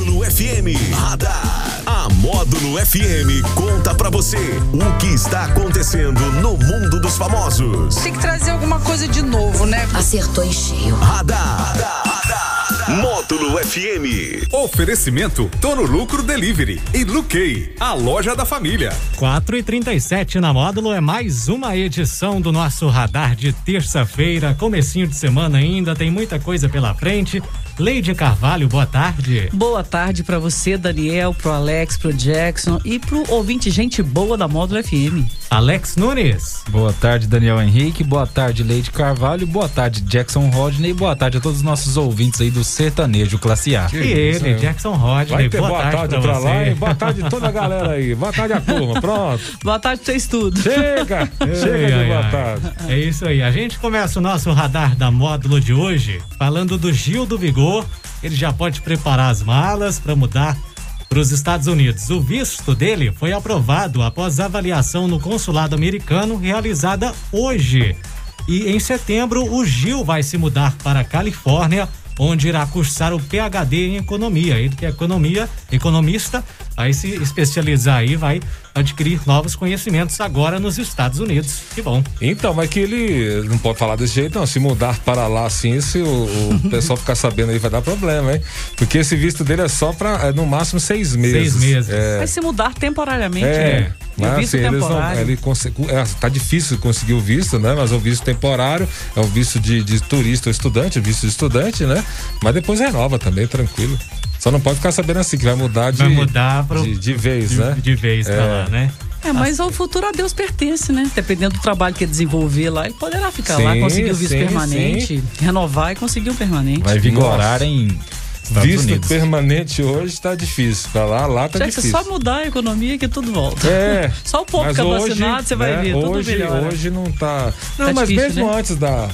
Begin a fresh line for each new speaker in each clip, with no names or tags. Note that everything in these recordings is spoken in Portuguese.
FM. Radar. A Módulo FM conta pra você o que está acontecendo no mundo dos famosos.
Tem que trazer alguma coisa de novo, né?
Acertou em cheio.
Radar. Módulo FM.
Oferecimento Tono Lucro Delivery e Luquei, a loja da família.
4 e 37 na Módulo é mais uma edição do nosso radar de terça-feira. Comecinho de semana ainda, tem muita coisa pela frente. Leide Carvalho, boa tarde.
Boa tarde pra você, Daniel, pro Alex, pro Jackson e pro ouvinte gente boa da Módulo FM.
Alex Nunes.
Boa tarde, Daniel Henrique. Boa tarde, Leide Carvalho. Boa tarde, Jackson Rodney. Boa tarde a todos os nossos ouvintes aí do Sertanejo Classe A.
E ele, Jackson Rodney.
Vai ter boa, tarde, pra,
você.
lá e boa tarde a toda a galera aí. Boa tarde a turma, pronto.
Boa tarde, vocês tudo.
Chega, chega
Ai,
de
ai,
boa
ai.
tarde.
É isso aí. A gente começa o nosso radar da módulo de hoje falando do Gil do Vigor. Ele já pode preparar as malas para mudar para os Estados Unidos. O visto dele foi aprovado após avaliação no consulado americano realizada hoje. E em setembro, o Gil vai se mudar para a Califórnia, onde irá cursar o PhD em economia. Ele que é economia, economista, vai se especializar aí, vai adquirir novos conhecimentos agora nos Estados Unidos. Que bom.
Então, mas que ele não pode falar desse jeito, não. Se mudar para lá assim, se o, o pessoal ficar sabendo aí, vai dar problema, hein? Porque esse visto dele é só para no máximo seis meses.
Seis meses.
Vai se mudar temporariamente,
É.
né? E o
Mas
visto
assim, eles não,
temporário.
ele conse- é, tá difícil conseguir o visto, né? Mas é o visto temporário, é o visto de, de turista ou estudante, o visto de estudante, né? Mas depois renova também, tranquilo. Só não pode ficar sabendo assim, que vai mudar de,
Vai mudar pro-
de, de vez,
de,
né?
de vez pra lá, né?
É, mas ao futuro a Deus pertence, né? Dependendo do trabalho que ele desenvolver lá, ele poderá ficar lá,
Sim,
conseguir o visto
sim,
permanente, renovar e conseguir o permanente.
Vai vigorar
Nossa.
em Estados
Visto
Unidos.
permanente hoje tá difícil. Pra lá, lá tá
Já que você
difícil.
só mudar a economia que tudo volta.
É.
Só o povo
mas
fica
hoje,
vacinado, você vai
né,
ver, tudo
Hoje,
melhora.
hoje não tá. Não,
Tá
mas
difícil,
mesmo
né?
antes da.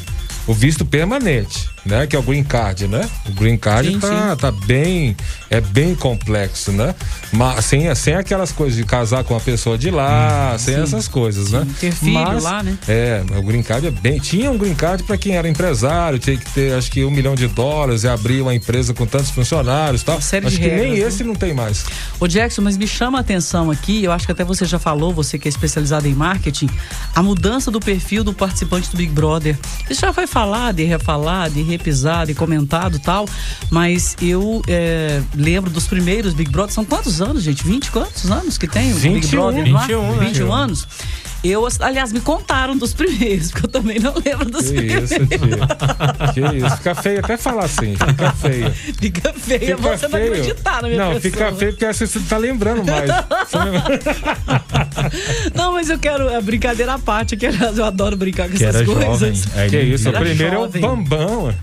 O visto permanente, né? Que é o green card, né? O green card
Sim,
tá, tá bem, é bem complexo, né? Mas sem, sem aquelas coisas de casar com a pessoa de lá, sem essas coisas, né?
ter filho
Mas,
lá, né?
É, o green card é bem. Tinha um green card para quem era empresário, tinha que ter acho que um milhão de dólares e abrir uma empresa com tantos funcionários, e tal.
Uma série
acho
de
que nem
regras, né?
esse não tem mais.
Ô Jackson, mas me chama a atenção aqui, eu acho que até você já falou, você que é especializado em marketing, a mudança do perfil do participante do Big Brother. Isso já foi falado e refalado e repisado e comentado e tal, mas eu é, lembro dos primeiros Big Brother, são quantos anos, gente? 20 quantos anos que tem o Big
21,
Brother lá?
21, né?
21 anos. Eu, aliás, me contaram dos primeiros, porque eu também não lembro dos
Que
primeiros.
isso, tia. Que isso. Fica feio até falar assim. Fica feio.
Fica feio,
Fica
você não
feio.
acreditar na minha
Não,
pessoa.
fica feio porque assim você não tá lembrando mais. Você lembra-
Não, mas eu quero a brincadeira à parte, que aliás, eu adoro brincar com
Que era
essas
jovem. É
coisas.
aí
Que
ele
isso. O
vira-
Era
primeiro
jovem.
é o Bambão.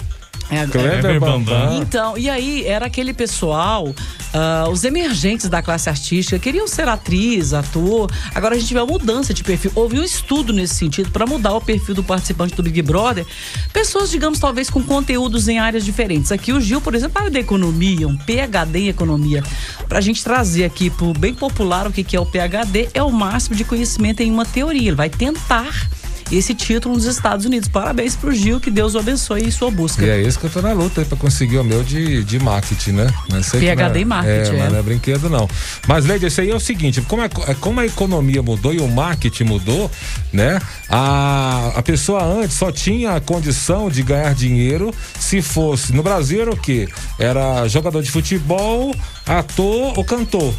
É, é.
Kleber
Kleber
Bambam.
Então, e aí era aquele pessoal, ah, os emergentes da classe artística queriam ser atriz, ator. Agora a gente vê uma mudança de perfil. Houve um estudo nesse sentido para mudar o perfil do participante do Big Brother. Pessoas, digamos, talvez com conteúdos em áreas diferentes. Aqui o Gil, por exemplo, é área da economia, um PhD em economia. Para a gente trazer aqui pro bem popular o que que é o PhD, é o máximo de conhecimento em uma teoria. Ele vai tentar esse título nos Estados Unidos. Parabéns pro Gil, que Deus o abençoe em sua busca.
E é isso que eu tô na luta aí pra conseguir o meu de, de marketing, né? Mas sei que
PhD
não é-
em marketing,
É,
é.
mas não é brinquedo, não. Mas, Leide, isso aí é o seguinte: como a, é como a economia mudou e o marketing mudou, né? A, a pessoa antes só tinha a condição de ganhar dinheiro se fosse. No Brasil era o quê? Era jogador de futebol, ator ou cantor.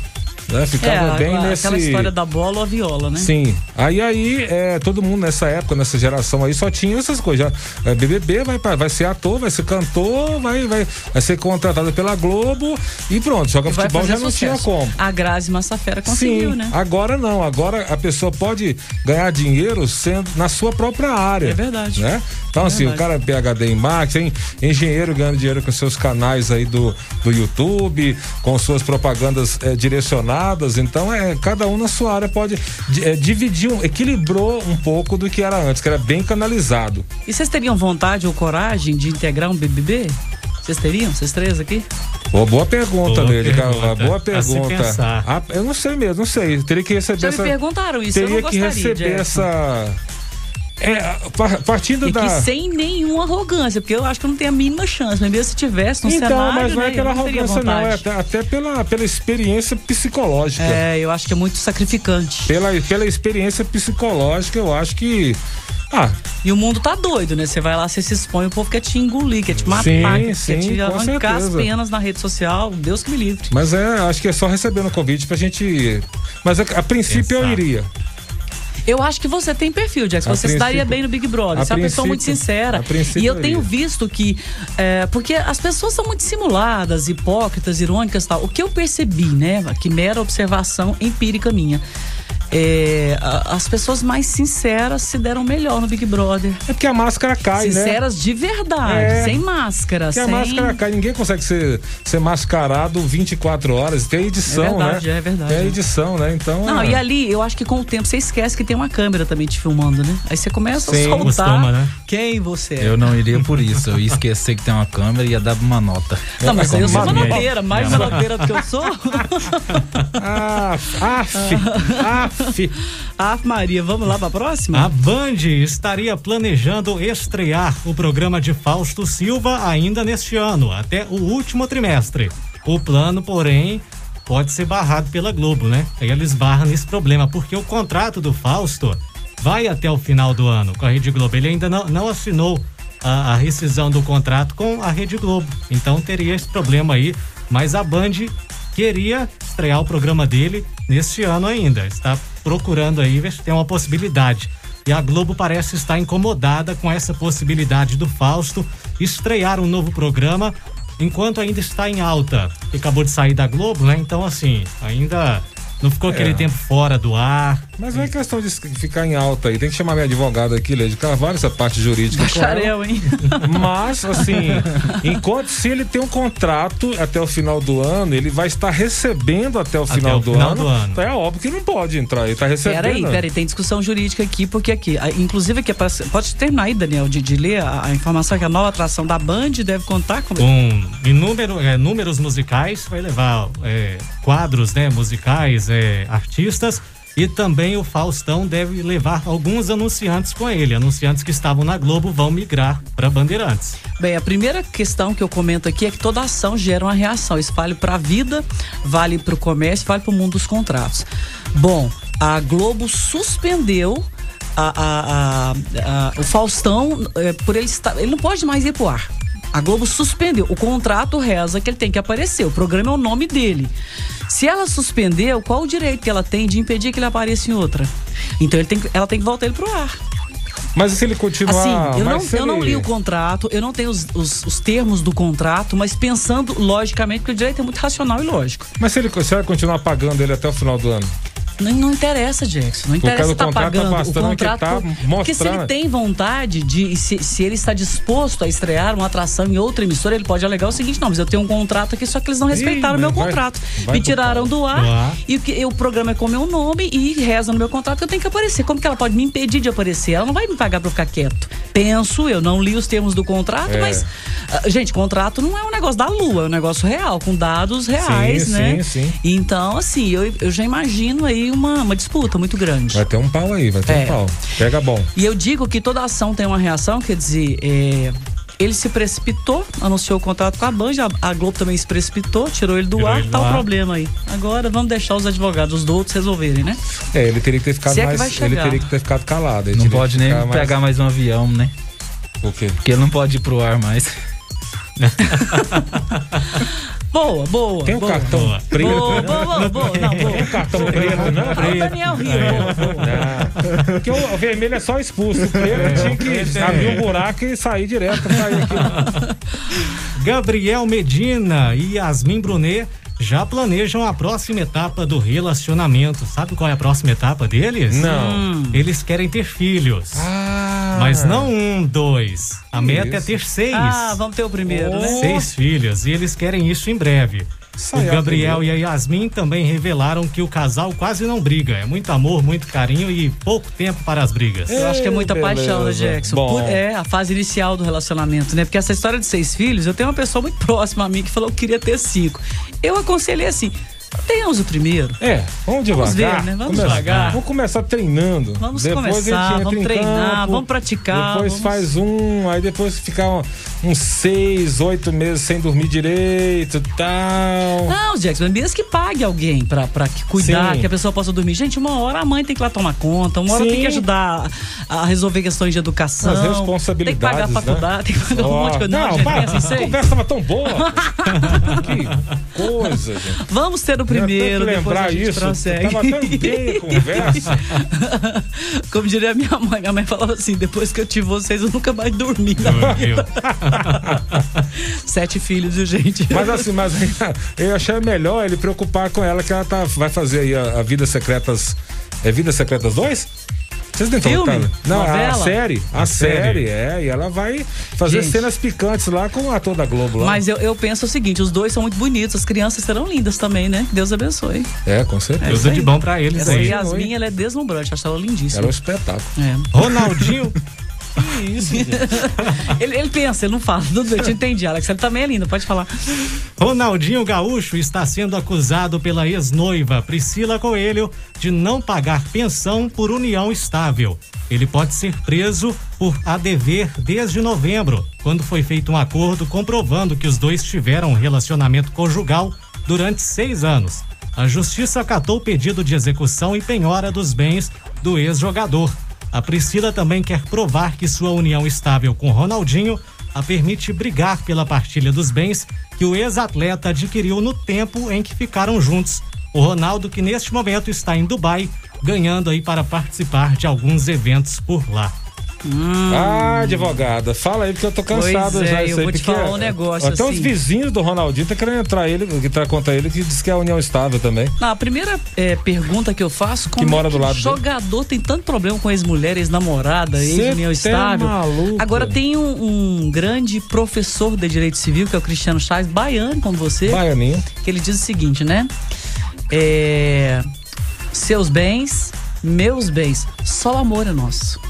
Né? Ficava
é,
bem
aquela,
nesse.
aquela história da bola ou a viola, né?
Sim. Aí aí, é, todo mundo nessa época, nessa geração aí, só tinha essas coisas. Já, é, BBB vai, pra- vai ser ator, vai ser cantor, vai, vai, vai ser contratado pela Globo e pronto, joga
Vai
futebol
fazer
já não tinha
sucesso.
como.
A Grazi Massafera conseguiu,
Sim,
né?
agora não. Agora a pessoa pode ganhar dinheiro sendo na sua própria área.
É verdade.
Né? Então, assim,
verdade.
o cara é PHD em marketing, engenheiro ganhando dinheiro com seus canais aí do, do YouTube, com suas propagandas eh, direcionadas. Então, é, cada um na sua área pode di- eh, dividir, um- equilibrou um pouco do que era antes, que era bem canalizado.
E vocês teriam vontade ou coragem de integrar um BBB? Vocês teriam, vocês três aqui?
Ô, boa pergunta,
Boa
Leide, cara,
pergunta.
Boa
A se
pergunta.
pensar.
Ah, eu não sei mesmo, não sei. Teria que receber
Já
essa.
me perguntaram isso, eu
teria
não
que
gostaria.
receber
Jackson.
essa É, par- partindo
E
da.
que sem nenhuma arrogância, porque eu acho que eu não tenho a mínima chance. Mas mesmo se tivesse no
então,
cenário,
mas não é
né,
aquela
eu não teria
arrogância, não. É
vontade.
até, até pela, pela experiência psicológica.
É, eu acho que é muito sacrificante.
Pela, pela experiência psicológica, eu acho que. Ah,
E o mundo tá doido, né? Você vai lá, você se expõe, o povo quer te engolir, quer te matar,
Sim,
quer
sim,
te
com
arrancar as
certeza.
penas na rede social. Deus que me livre.
mas é, acho que é só recebendo o convite pra gente. Mas a, a princípio eu
Pensar.
iria.
Eu acho que você tem perfil, Jackson.
A
Você se daria
princípio-
bem no Big Brother.
a
Você é uma pessoa
princípio-
muito sincera.
a princípio é
E eu
eu
tenho
ia.
visto que. é, porque as pessoas são muito simuladas, hipócritas, irônicas e tal. O que eu percebi, né? Que mera observação empírica minha. é, a- as pessoas mais sinceras se deram melhor no Big Brother.
É porque a máscara cai, né?
Sinceras de verdade,
É.
sem máscara.
Porque
sem...
a máscara cai, ninguém consegue ser, ser mascarado 24 horas. Tem edição,
É verdade,
né?
é verdade.
Tem edição, né? Então.
Não,
é.
e ali eu acho que com o tempo você esquece que tem uma câmera também te filmando, né? Aí você começa
Sim.
a soltar
Costuma, né?
quem você é.
Eu não iria por isso. Eu ia esquecer que tem uma câmera e ia dar uma nota.
Não, Tá, é mas eu sou
Mas-
manoteira, mais manoteira do que eu sou.
Ah, af, af.
ah, Maria, vamos lá pra próxima?
A Band estaria planejando estrear o programa de Fausto Silva ainda neste ano, até o último trimestre. O plano, porém, pode ser barrado pela Globo, né? Aí eles barram nesse problema, porque o contrato do Fausto vai até o final do ano com a Rede Globo. Ele ainda não, não assinou a, a rescisão do contrato com a Rede Globo. Então teria esse problema aí. Mas a Band queria estrear o programa dele neste ano ainda. Está procurando aí ver se tem uma possibilidade. E a Globo parece estar incomodada com essa possibilidade do Fausto estrear um novo programa enquanto ainda está em alta. Que acabou de sair da Globo, né? Então, assim, ainda não ficou aquele tempo fora do ar.
Mas não é questão de ficar em alta aí. Tem que chamar minha advogada aqui, Leide Carvalho, essa parte jurídica. com ela.
Bacharel, Ah, hein?
Mas, assim, enquanto se ele tem um contrato até o final do ano, ele vai estar recebendo até o final,
o
do,
final
ano,
do ano.
Então é óbvio que não pode entrar. Ele tá recebendo.
Peraí, peraí, tem discussão jurídica aqui, porque aqui, a- inclusive aqui, é pra- pode terminar aí, Daniel, de, de ler a, a informação que a nova atração da Band deve contar é com.
com Um, inúmero, é, números musicais, vai levar é, quadros né, musicais, é, artistas. E também o Faustão deve levar alguns anunciantes com ele. Anunciantes que estavam na Globo vão migrar para Bandeirantes.
Bem, a primeira questão que eu comento aqui é que toda ação gera uma reação. Isso vale para a vida, vale para o comércio, vale para o mundo dos contratos. Bom, a Globo suspendeu a- a- a- a- o Faustão eh, por ele estar. Ele não pode mais ir pro ar. A Globo suspendeu. O contrato reza que ele tem que aparecer. O programa é o nome dele. Se ela suspendeu, qual o direito que ela tem de impedir que ele apareça em outra? Então ele tem que- ela tem que voltar ele pro ar.
Mas se ele continuar.
Assim, eu
mas
não,
se
eu não
ele-
li o contrato, eu não tenho os, os- os termos do contrato, mas pensando logicamente, porque o direito é muito racional e lógico.
Mas se ele se ela continuar pagando ele até o final do ano?
Não, não interessa, Jackson. Não interessa
causa do
estar
contrato, tá
pagando.
bastando
o
que
contrato.
tá
Porque se ele
mostrando.
tem vontade de. e Se, se ele está disposto a estrear uma atração em outra emissora, ele pode alegar o seguinte: não, mas eu tenho um contrato aqui, só que eles não respeitaram o
mas
meu
vai-
contrato.
vai
Me
pro
tiraram do ar,
Do ar.
e o que- e o programa é com o meu nome e reza no meu contrato que eu tenho que aparecer. Como que ela pode me impedir de aparecer? Ela não vai me pagar pra eu ficar quieto. Penso, eu não li os termos do contrato,
É.
mas. ah, Gente, contrato não é um negócio da lua, é um negócio real, com dados reais,
Sim,
né?
sim, sim.
Então, assim, eu, eu já imagino aí uma, uma disputa muito grande.
Vai ter um pau aí, vai ter
É.
um pau. Pega bom.
E eu digo que toda ação tem uma reação, quer dizer, é, ele se precipitou, anunciou o contrato com a Band, a, a Globo também se precipitou, tirou ele do
Tirou
ar,
ele do
tá o
ar.
problema aí. Agora vamos deixar os advogados dos outros resolverem, né?
É, ele teria que ter ficado
Se é que
mais.
vai
ele
chegar.
teria que ter ficado calado. ele
Não
teria que
pode nem
ficar mais-
pegar mais um avião, né?
O quê?
Porque ele não pode ir pro ar mais.
Boa, boa.
Tem o
boa.
cartão
boa.
preto.
Boa, boa, boa, boa. Não, boa.
Cartão preto, não?
Ah, o Daniel riu. boa, boa.
Não. Porque o, o vermelho é só expulso. O preto tinha que abrir um buraco e sair direto. Sair aqui.
Gabriel Medina e Yasmin Brunet já planejam a próxima etapa do relacionamento. Sabe qual é a próxima etapa deles?
Não. Ah.
Eles querem ter filhos. Mas não um, dois. A meta é
isso.
ter seis.
Ah, vamos ter o primeiro, né?
Seis filhos. E eles querem isso em breve.
Sai
o Gabriel
aprendendo.
e a Yasmin também revelaram que o casal quase não briga. É muito amor, muito carinho e pouco tempo para as brigas.
Eu acho que é muita
Beleza.
paixão, né, Jackson?
Bom.
Por- é a fase inicial do relacionamento, né? Porque essa história de seis filhos, eu tenho uma pessoa muito próxima a mim que falou que queria ter cinco. Eu aconselhei assim: Tenhamos o primeiro.
É, vamos devagar.
Vamos ver, né? Vamos
Começa-
devagar.
Vamos começar treinando.
Vamos
Depois a gente
começar,
entra
vamos
em
treinar,
campo,
vamos praticar,
Depois
vamos-
faz um, aí depois ficar um- uns seis, oito meses sem dormir direito tal.
Não, Jackson, é mesmo que pague alguém pra, pra que cuidar,
Sim.
que a pessoa possa dormir. Gente, uma hora a mãe tem que ir lá tomar conta, uma hora
Sim.
tem que ajudar a resolver questões de educação.
As
Tem que pagar a
responsabilidades, né?
faculdade, tem que pagar um
Ó,
monte de coisa. Não,
Não,
gente,
para,
pensa em
a
seis.
conversa tava tão boa. que coisa, gente.
Vamos ter o primeiro,
Tem que
depois a
lembrar
gente
isso.
consegue.
Tava tão bem a conversa.
Como diria minha mãe, minha mãe falava assim: depois que eu tive vocês, eu nunca mais dormi. É
Viu?
Sete filhos, viu, gente?
Mas assim, mas eu achei melhor ele preocupar com ela que ela tá, vai fazer aí a, a Vidas Secretas. É Vidas Secretas 2? Vocês não estão
Filme?
lutando? Não, a, a
Novela?
série. A, série.
série.
é. E ela vai fazer
Gente.
cenas picantes lá com o ator da Globo lá.
Mas eu, eu penso o seguinte: os dois são muito bonitos, as crianças serão lindas também, né? Deus abençoe.
É, com certeza.
Tudo
aí.
de bom pra eles
Essa
aí.
Yasmin, ela é deslumbrante, acho ela lindíssima.
Era um espetáculo.
É.
Ronaldinho,
é
Ele, ele pensa, ele não fala. Tudo bem, eu te entendi, Alex. Ele também é lindo, pode falar.
Ronaldinho Gaúcho está sendo acusado pela ex-noiva Priscila Coelho de não pagar pensão por união estável. Ele pode ser preso por a dever desde novembro, quando foi feito um acordo comprovando que os dois tiveram um relacionamento conjugal durante seis anos. A justiça acatou o pedido de execução e penhora dos bens do ex-jogador. A Priscila também quer provar que sua união estável com Ronaldinho a permite brigar pela partilha dos bens que o ex-atleta adquiriu no tempo em que ficaram juntos. O Ronaldo, que neste momento está em Dubai, ganhando aí para participar de alguns eventos por lá.
Ah, advogada, fala aí, porque eu tô cansado
Hum. Pois
já.
é,
isso
eu
aí,
vou te
porque
falar um negócio,
Até os
assim.
vizinhos do Ronaldinho tá querendo entrar ele, que tá contra ele, que diz que é a união estável também.
Não, a primeira eh, pergunta que eu faço: como
mora
é
do lado dele.
jogador tem tanto problema com ex-mulher, ex-namorada,
Cê
ex-união
tá
estável?
maluco.
Agora tem um, um grande professor de direito civil, que é o Cristiano Chaves, baiano como você,
Baianinho.
que ele diz o seguinte, né? É, seus bens, meus bens, só o amor é nosso.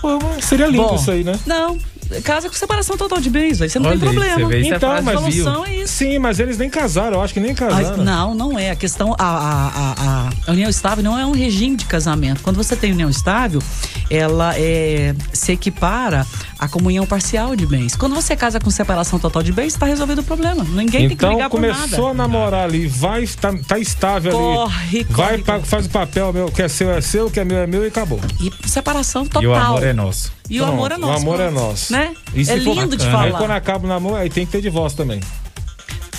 Pô, mas seria lindo isso aí, né?
Não, casa com separação total de bens, aí você não
Olha
tem
aí,
problema.
você vê, isso é
Então,
frase
mas
de
A
Bill.
solução é isso.
Sim, mas eles nem casaram, eu acho que nem
Ai,
casaram.
não, não é. A questão, a, a, a, a união estável não é um regime de casamento. Quando você tem união estável, ela é, se equipara à comunhão parcial de bens. Quando você casa com separação total de bens, está resolvido o problema. Ninguém tem que
Então
brigar por nada.
começou a namorar ali, vai, tá, tá estável ali.
Corre, corre,
vai, pa-
corre.
faz o papel meu, que é seu é seu, que é meu é meu e acabou.
E separação
E o
total.
amor é nosso.
E o amor é
Pronto,
nosso.
O amor é
pronto.
nosso.
Né?
Isso
é
que for
lindo de
bacana. Aí quando
falar.
acaba o namoro, aí tem que ter divórcio também.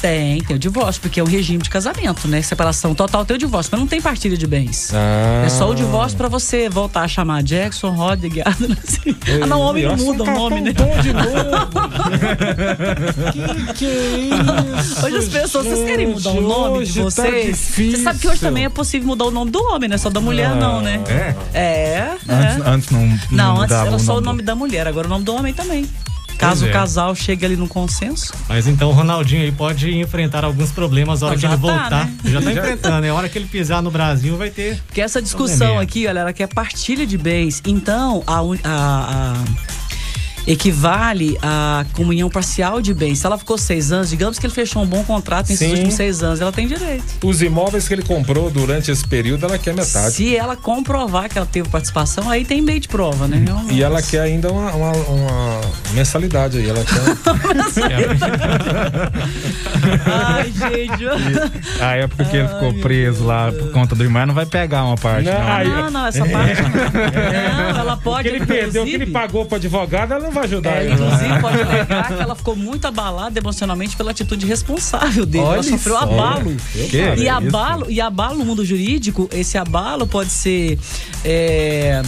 Tem, tem o divórcio, porque é um regime de casamento, né? Separação total tem o divórcio, mas não tem partilha de bens.
Ah.
É só o divórcio pra você voltar a chamar Jackson, Rodrigues. Assim. Ah, não, homem não
Nossa,
muda o
tá
nome,
tão
né?
bom de novo. que que é isso?
Hoje as pessoas, vocês querem mudar o
gente?
nome de
Hoje tá
vocês?
difícil.
você sabe que hoje também é possível mudar o nome do homem, né? Só da mulher, não, né?
É?
É. é.
Antes, antes não,
Não, antes
mudava
era só o
do-
nome da mulher, agora o nome do homem também. Caso
Pois é.
o casal chegue ali num consenso.
Mas então o Ronaldinho aí pode enfrentar alguns problemas na hora
Ah,
que
já
ele
tá,
voltar.
né?
Já tá enfrentando, é a hora que ele pisar no Brasil vai ter.
Porque é essa discussão
Probleminha.
é
aqui, olha, ela quer partilha de bens. Então, a, un- a- a- equivale à comunhão parcial de bens. Se ela ficou seis anos, digamos que ele fechou um bom contrato nesses
Sim.
últimos seis anos, ela tem direito.
Os imóveis que ele comprou durante esse período, ela quer metade.
Se ela comprovar que ela teve participação, aí tem meio de prova, né?
Uhum. E ela quer ainda uma, uma- uma mensalidade aí. Ela quer.
Ai, gente.
A
Ah, é
época que ele ficou preso lá por conta do irmão, não vai pegar uma parte,
Não,
não.
aí-
Não, não, essa parte não. Não, ela
O que
pode.
ele perdeu, o que ele
inclusive-
pagou pro advogado, ela não vai ajudar
É,
ele. né? não.
inclusive, pode alegar que ela ficou muito abalada emocionalmente pela atitude responsável dele. ela sofreu abalo.
Que
E
é
isso?
abalo, e abalo no mundo jurídico, esse abalo pode ser. é,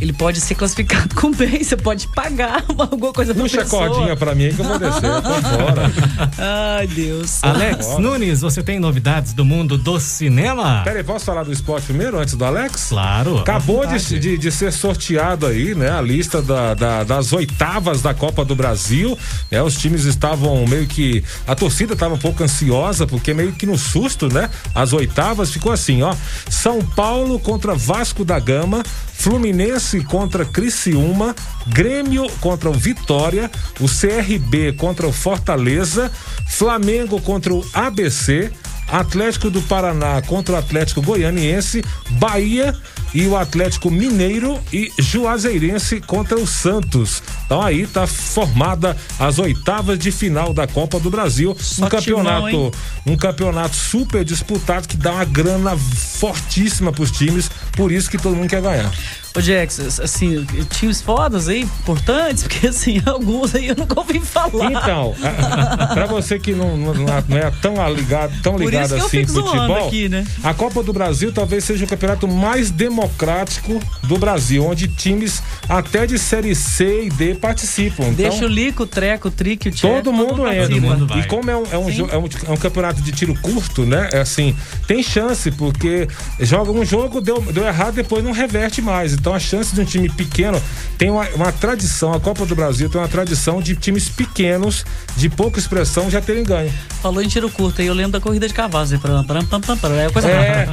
ele pode ser classificado com bem, você pode pagar alguma coisa pra
Puxa a
pessoa.
cordinha pra mim que eu vou descer. Eu tô fora.
Ai, Deus.
Alex Nunes, você tem novidades do mundo do cinema?
Peraí, posso falar do esporte primeiro, antes do Alex?
Claro.
Acabou de, de, de ser sorteado aí, né? A lista da- da- das oitavas da Copa do Brasil. Né? Os times estavam meio que. A torcida estava um pouco ansiosa, porque meio que no susto, né? As oitavas ficou assim, ó. São Paulo contra Vasco da Gama, Fluminense contra Criciúma, Grêmio contra o Vitória, o CRB contra o Fortaleza, Flamengo contra o ABC. Atlético do Paraná contra o Atlético Goianiense, Bahia e o Atlético Mineiro e Juazeirense contra o Santos. Então aí tá formada as oitavas de final da Copa do Brasil,
Só
um campeonato,
timão, hein?
um campeonato super disputado que dá uma grana fortíssima pros times, por isso que todo mundo quer ganhar.
Ô, Jackson, assim, times fodas aí, importantes, porque assim, alguns aí eu nunca ouvi falar.
Então, para você que não, não- não é tão ligado, tão
Por
ligado
isso que eu
assim em
fico zoando
futebol,
aqui, né?
a Copa do Brasil talvez seja o campeonato mais democrático do Brasil, onde times até de série C e D participam. Então,
Deixa o Lico, o Treco, o Trique, o Tcheco.
É, Todo mundo entra.
participa.
mundo vai.
E como é um, é um jo- é um- é um campeonato de tiro curto, né? É assim, tem chance, porque joga um jogo, deu, deu errado, depois não reverte mais. Então a chance de um time pequeno tem uma, uma tradição, a Copa do Brasil tem uma tradição de times pequenos, de pouca expressão, já terem ganho.
Falou em tiro curto aí, eu lembro da corrida de assim, cavalos. Aí, pam, pam, pam, pam, pam, é coisa
É.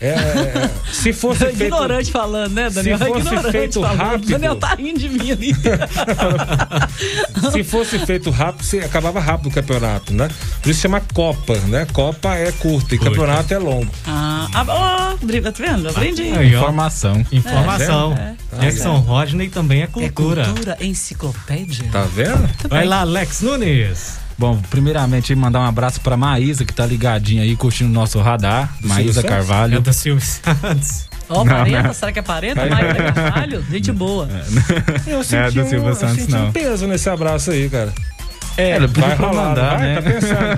é, é. se fosse feito.
Ignorante falando, né, Daniel?
Se fosse
Ignorante
feito
falando.
rápido-
Daniel tá rindo de mim ali.
Se fosse feito rápido, você acabava rápido o campeonato, né? Por isso chama Copa, né? Copa é curta e campeonato é longo.
ah, ah, ó, tá vendo? Aprendi.
Aí, ó,
Informação.
informação.
Tá,
Jackson Rodney também é
É
cultura.
cultura, enciclopédia.
Tá vendo?
Vai lá, Alex Nunes.
Bom, primeiramente aí mandar um abraço pra Maísa, que tá ligadinha aí, curtindo o nosso radar. Maísa
Santos?
É
Carvalho.
do Silvio Santos.
Ó, parenta, será que é parenta? Maíra Carvalho, gente boa.
É. Eu senti,
do
um,
Silvio
eu
Santos,
senti um
não.
peso nesse abraço aí, cara.
É, ela pediu
Vai
pra
rolar,
mandar,
vai,
né?
tá pensando,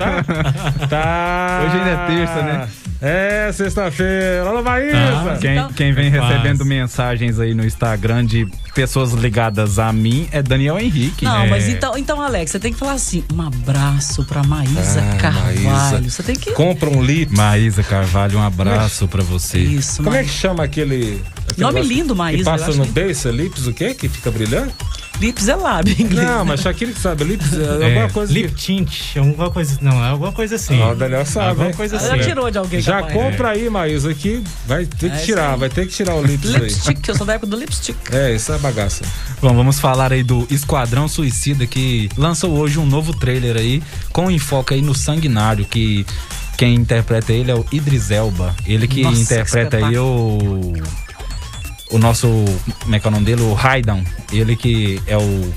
tá? Tá.
Hoje ainda é terça, né? Ah,
É, sexta-feira. Alô, Maísa!
Então-
Quem, quem vem
Faz.
recebendo mensagens aí no Instagram de pessoas ligadas a mim é Daniel Henrique.
Não,
É.
mas então, então, Alex, você tem que falar assim: um abraço pra Maísa Carvalho.
Ah, Maísa.
Você tem que.
Compra um litro.
Maísa Carvalho, um abraço pra você.
Isso,
Como é que
Maísa.
chama aquele. aquele
Nome
negócio
lindo, Maísa,
Que passa
eu acho
no
lindo.
beijo, lips, o quê? Que fica brilhando?
Lips é lábio em inglês.
Não, mas Shakira que sabe, lips, é
É,
alguma coisa.
Lip tint, alguma coisa. Não, é alguma coisa assim.
Ah, o Daniel sabe,
Alguma
hein? Ah,
coisa assim.
Ela tirou de alguém
é. Já
capaz.
compra aí, Maísa, que vai ter
É
que
isso
tirar,
aí.
vai ter que tirar o lips aí.
É. Lipstick, eu sou da época do lipstick.
É, isso é bagaça.
Bom, vamos falar aí do Esquadrão Suicida que lançou hoje um novo trailer aí com enfoque aí no Sanguinário que quem interpreta ele é o Idris Elba. Ele que
Nossa, que
interpreta aí o o nosso, como é que é o nome dele? O Raiden. Ele que é o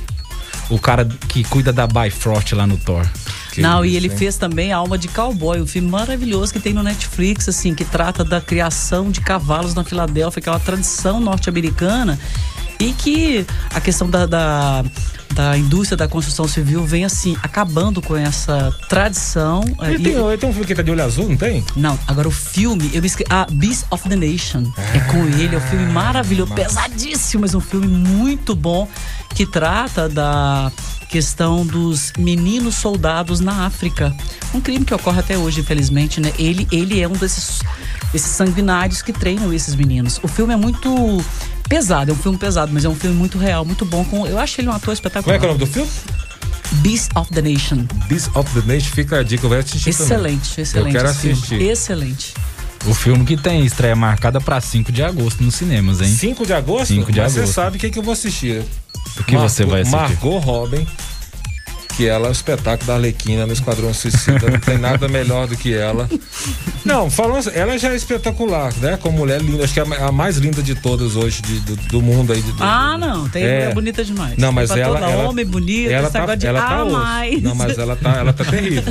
o cara que cuida da Bifrost lá no Thor.
Que
Não, e
isso,
ele
hein?
fez também Alma de Cowboy, um filme maravilhoso que tem no Netflix, assim, que trata da criação de cavalos na Filadélfia, aquela tradição norte-americana, e que a questão da, da, da indústria da construção civil vem, assim, acabando com essa tradição. eh,
Ele
e-
tem, ele tem um filme que tá de olho azul, não tem?
Não, agora o filme, eu me esque... Ah, Beast of the Nation. é com
Ah,
ele, é um filme maravilhoso, pesadíssimo, mas um filme muito bom que trata da questão dos meninos soldados na África. Um crime que ocorre até hoje, infelizmente, né? Ele, ele é um desses esses sanguinários que treinam esses meninos. O filme é muito pesado, é um filme pesado, mas é um filme muito real, muito bom. Com... Eu acho ele um ator
Como é
espetacular.
que é o nome do filme?
Beast of the Nation.
Beast of the Nation, fica a dica, eu vou assistir também.
Excelente, excelente.
quero
esse filme.
assistir.
Excelente.
O filme que tem estreia marcada pra 5 de agosto nos cinemas, hein?
5 de agosto?
5 de
Mas Você
agosto.
sabe o que, que eu vou assistir.
O que você vai assistir?
Margot Robin, que ela é o espetáculo da Arlequina no Esquadrão Suicida. Não tem nada melhor do que ela. Não, falando, sério, ela já é espetacular, né? Como mulher linda. Acho que é a a mais linda de todas hoje de- do, do mundo aí. de- do-
Ah, não. Tem
É.
mulher bonita demais.
Não, mas
pra
ela,
toda
ela-
homem bonito,
ela
esse
tá,
negócio de
ela tá
ah,
osso.
mais.
Não, mas ela tá, ela tá terrível.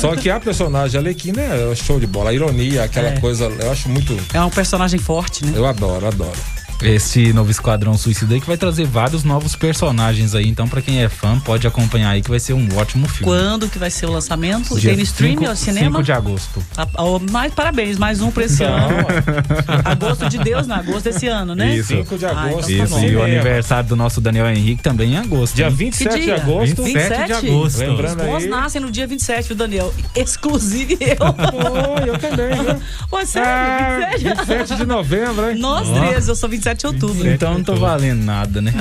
Só que a personagem Alequina é show de bola, a ironia, aquela
É.
coisa, eu acho muito,
É um personagem forte, né?
eu adoro, adoro.
Esse novo Esquadrão Suicida aí que vai trazer vários novos personagens aí. Então, pra quem é fã, pode acompanhar aí que vai ser um ótimo filme.
Quando que vai ser o lançamento?
Dia
tem no streaming
cinco-
ou cinema?
5 de agosto.
Ah, ó, mais parabéns, mais um pra esse ano. Agosto de Deus, não, agosto desse ano, né?
Isso.
5 de
Ah, então
agosto.
tá
Isso,
bom.
e o
Cinema.
aniversário do nosso Daniel Henrique também em agosto.
Dia
hein?
27 de
dia?
agosto.
27 de
27?
agosto.
Lembrando
Os bons
aí.
nascem no dia 27, viu, Daniel? Exclusive eu.
Pô, eu também, viu?
Ué, sério,
Ah,
27?
27 de novembro, hein?
Nós três, eu sou 27 27 de outubro.
Então não tô valendo nada, né?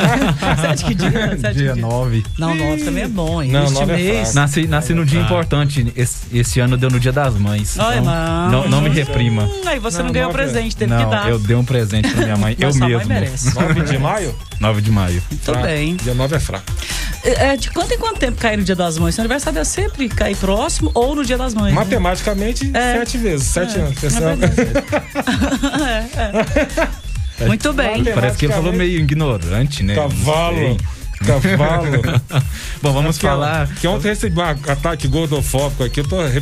7 que dia? 7
Dia
que dia?
9.
Não, 9 também é bom, hein?
Não,
Este
nove é
mês.
Nasci, nasci num dia importante. Esse, esse ano deu no dia das mães.
Ai,
Então,
não.
não, não me reprima.
Hum, aí você não,
Não,
ganhou
nove é-
presente, teve que
Não,
dar.
eu dei um presente pra minha mãe. eu
Mas sua mãe
mesmo.
merece.
9 de maio?
9 de maio.
Muito bem.
Dia 9 é fraco.
É, é, de quanto em quanto tempo cai no Dia das Mães? Seu aniversário é sempre cair próximo ou no Dia das Mães. né?
Matematicamente,
É.
sete vezes, sete anos. é Pessoal,
É, Muito bem.
Parece que ele falou meio ignorante, né?
Cavalo.
Não sei.
Cavalo.
Bom, vamos falar.
Que ontem recebi um ataque gordofóbico aqui, eu tô, re-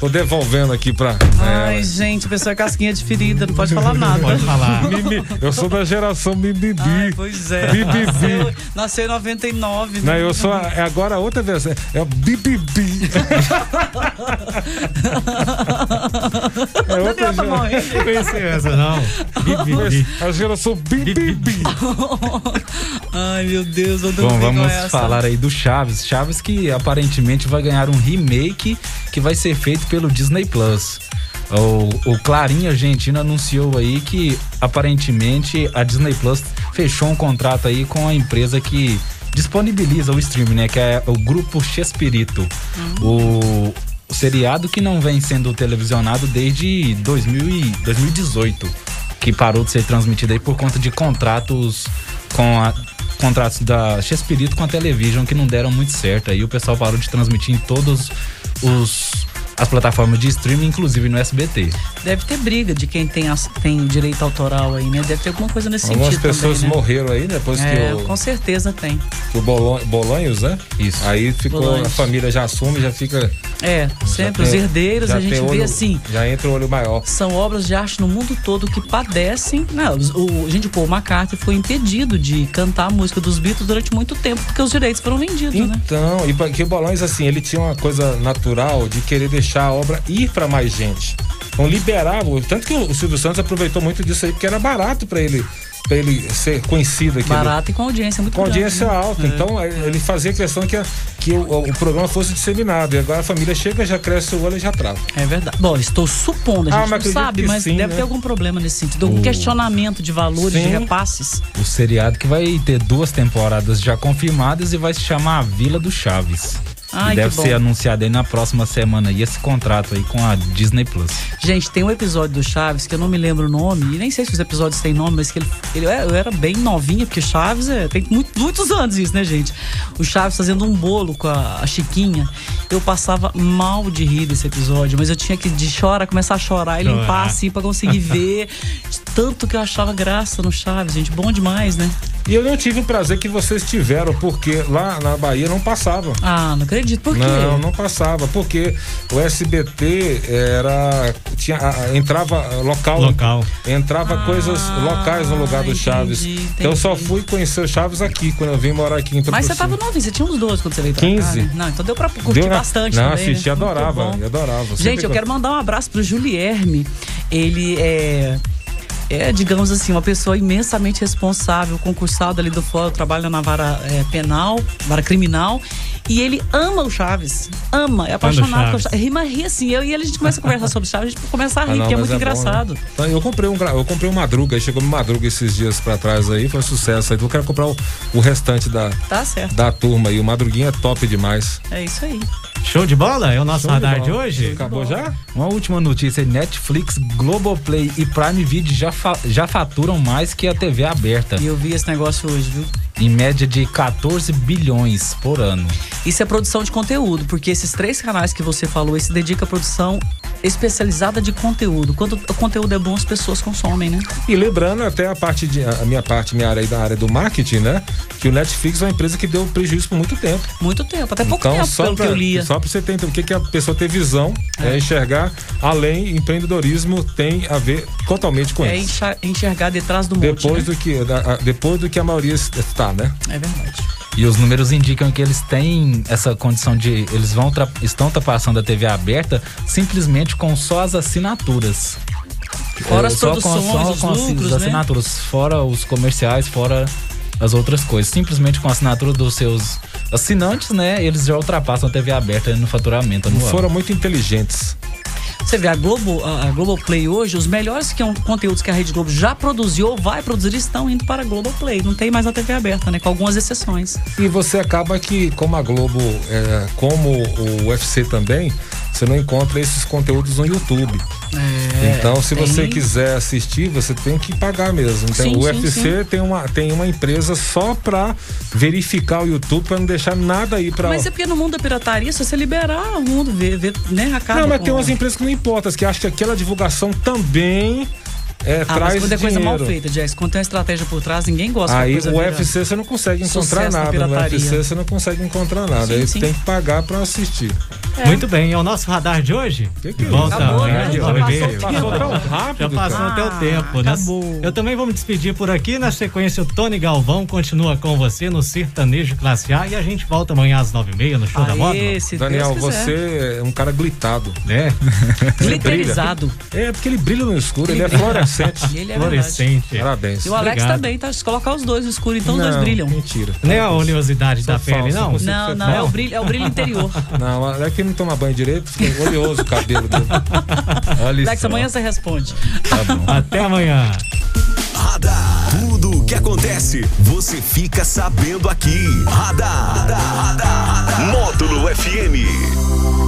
tô devolvendo aqui pra.
Ai, gente, a pessoa é casquinha de ferida, não pode falar nada.
Pode falar.
Mimi. Eu sou da geração Bibibi.
Ai, pois é.
Bibibi.
Nasceu, nasceu em 99.
Não, eu sou. a- É agora a outra versão. É o Bibibi. é outra
Daniel tá
geração.
morrendo.
Não conheci essa, não. Bibibi.
A geração Bibibi.
Ai, meu Deus, eu um
Bom,
dormi com
vamos
essa.
falar aí do Chaves. Chaves que aparentemente vai ganhar um remake que vai ser feito pelo Disney Plus. O, o Clarinha Argentina anunciou aí que aparentemente a Disney Plus fechou um contrato aí com a empresa que disponibiliza o streaming, né? Que é o Grupo Chespirito. O, o seriado que não vem sendo televisionado desde 2000 e 2018 que parou de ser transmitida aí por conta de contratos com a contratos da Chespirito com a Television que não deram muito certo aí o pessoal parou de transmitir em todos os as plataformas de streaming, inclusive no SBT.
Deve ter briga de quem tem, as- tem direito autoral aí, né? Deve ter alguma coisa nesse
Algumas
sentido
pessoas
também, né?
morreram aí depois
É,
que o.
com certeza tem.
Que o Bolon- Bolanhos, né?
Isso.
Aí ficou,
Bolanhos.
a família já assume, já fica.
É, sempre. Os
tem-
herdeiros,
já
a gente
tem
vê
olho-
assim.
Já entra o olho maior.
São obras de arte no mundo todo que padecem. Não, o, gente, o Paul McCartney foi impedido de cantar a música dos Beatles durante muito tempo, porque os direitos foram vendidos, né?
Então, e pa- que o Bolões, assim, ele tinha uma coisa natural de querer deixar a obra ir pra mais gente. Então liberava. Tanto que o Silvio Santos aproveitou muito disso aí, porque era barato pra ele, pra ele ser conhecido aqui. né?
Barato e com audiência muito
Com
grande,
audiência
né?
alta. Então, aí ele fazia questão que, a- que o, o programa fosse disseminado. E agora a família chega, já cresce o olho e já trava.
É verdade. Bom, estou supondo, a
Ah,
gente
mas
não
acredito
sabe,
que
mas
sim,
deve
né?
ter algum problema nesse sentido. Algum questionamento de valores, de
Sim.
repasses.
O seriado que vai ter duas temporadas já confirmadas e vai se chamar A Vila do Chaves.
Ai,
e
que
deve
bom.
ser anunciado aí na próxima semana e esse contrato aí com a Disney Plus.
Gente, tem um episódio do Chaves que eu não me lembro o nome, e nem sei se os episódios têm nome, mas que ele, ele- eu era- eu era bem novinha, porque Chaves é, tem muito- muitos anos isso, né, gente? O Chaves fazendo um bolo com a, a Chiquinha. Eu passava mal de rir desse episódio, mas eu tinha que de chorar, começar a chorar e
Chorar.
é.
limpar assim pra conseguir ver. De Tanto que eu achava graça no Chaves, gente. Bom demais, né?
E eu não tive o prazer que vocês tiveram, porque lá na Bahia não passava.
Ah, não acredito. Por quê?
Não, não passava, porque o SBT era. Tinha, a- a- entrava local.
Local.
Entrava coisas locais no lugar do
Ah, entendi,
Chaves. Então eu só
entendi.
fui conhecer o Chaves aqui, quando eu vim morar aqui em
Mas você
Patrocínio.
tava novinho, você tinha uns 12 quando você veio pra
15.
cá, né? Não, então deu pra curtir
é Deu na-
bastante
Não,
também,
assisti,
né? Muito
adorava,
bom.
eu adorava.
Gente, eu quero mandar um abraço pro Julierme. Ele é. É, digamos assim, uma pessoa imensamente responsável, concursado ali do fórum, trabalha na vara é, penal, vara criminal. E ele ama o Chaves. Ama, é apaixonado pelo
Chaves.
Chaves. Rima, ri assim. Eu e ele a gente começa a conversar sobre Chaves, a gente começa a
Ah,
rir, porque é muito engraçado.
né? Eu comprei um gra- eu comprei um madruga, aí chegou um madruga esses dias pra trás aí, foi um sucesso. Aí eu quero comprar o, o restante da,
Tá certo.
da turma aí. O madruguinha é top demais.
É isso aí.
Show de bola? É o nosso
Show de
radar
bola.
de hoje?
Acabou já?
Uma última notícia: Netflix, Globoplay e Prime Video já, fa- já faturam mais que a TV aberta,
E eu vi esse negócio hoje, viu?
em média de 14 bilhões por ano.
Isso é produção de conteúdo, porque esses três canais que você falou, esse dedica à produção especializada de conteúdo. Quando o conteúdo é bom, as pessoas consomem, né?
E lembrando até a parte de a minha parte, minha área aí da área do marketing, né? Que o Netflix é uma empresa que deu prejuízo por muito tempo.
Muito tempo, até pouco tempo,
Então, só
pelo
pra,
É que eu lia.
só pra você ter então, o que, que a pessoa ter visão, é. enxergar além empreendedorismo tem a ver totalmente com
É
isso.
enxa- enxergar detrás do monte,
Depois
né?
do que da- a- depois do que a maioria está, né?
É verdade.
E os números indicam que eles têm essa condição de. Eles vão tra- estão ultrapassando a TV aberta simplesmente com só as assinaturas.
É,
Eh,
Fora as
Só com-
produções,
só
os
com as-
lucros,
as
né?
assinaturas, fora os comerciais, fora as outras coisas. Simplesmente com a assinatura dos seus assinantes, né? Eles já ultrapassam a TV aberta no faturamento anual.
Foram muito inteligentes.
Você vê, a Globo, a a Globoplay hoje, os melhores que- é um conteúdos que a Rede Globo já produziu ou vai produzir estão indo para a Globoplay. Não tem mais na TV aberta, né? Com algumas exceções.
E você acaba que, como a Globo, é, como o UFC também, você não encontra esses conteúdos no YouTube. então, se
É, tem.
você quiser assistir, você tem que pagar mesmo. Então,
Sim, sim,
o UFC Tem, uma, tem uma empresa só pra verificar o YouTube, pra não deixar nada aí pra.
Mas é porque no mundo da pirataria, se você liberar o mundo, vê, vê, né? Acaba
Não, mas
com-
tem umas empresas que não importam, que acham que aquela divulgação também é,
Ah, mas
traz
quando é
dinheiro.
coisa mal feita, Jess, quando tem uma estratégia por trás, ninguém gosta que a
Aí
coisa
o
vira-
UFC você não consegue encontrar
Sucesso na
nada. né? No
pirataria.
UFC você não consegue encontrar nada.
Sim,
aí
sim.
tem que pagar pra assistir.
Muito bem, é o nosso radar de hoje?
Que que é
Volta
isso? Acabou,
amanhã
né?
de
Já
nove e
passou
meia.
o tempo. Passou tão
Já
rápido,
passou
cara.
até o tempo, né?
Ah, acabou.
Eu também vou me despedir por aqui. Na sequência, o Tony Galvão continua com você no Sertanejo Classe A e a gente volta amanhã às nove e meia no Show da Módulo.
Aê, se
tá Daniel,
Deus quiser.
você é um cara glitado.
É,
Glitterizado.
É, porque ele brilha no escuro, ele é fluorescente.
E ele é verdade.
fluorescente.
Parabéns.
E o Alex
Obrigado.
também, tá? Se colocar os dois no escuro, então os dois
Não,
brilham.
Mentira.
Não é a oleosidade da
Sou
pele,
falso,
não?
você-
Não, não,
Não?
é o brilho, é o brilho interior.
Não, o Alex que não toma banho direito, fica oleoso o cabelo dele.
Olha
Alex,
é
só.
amanhã você responde.
Tá
Até amanhã.
Radar. Tudo o que acontece, você fica sabendo aqui. Radar. Módulo FM.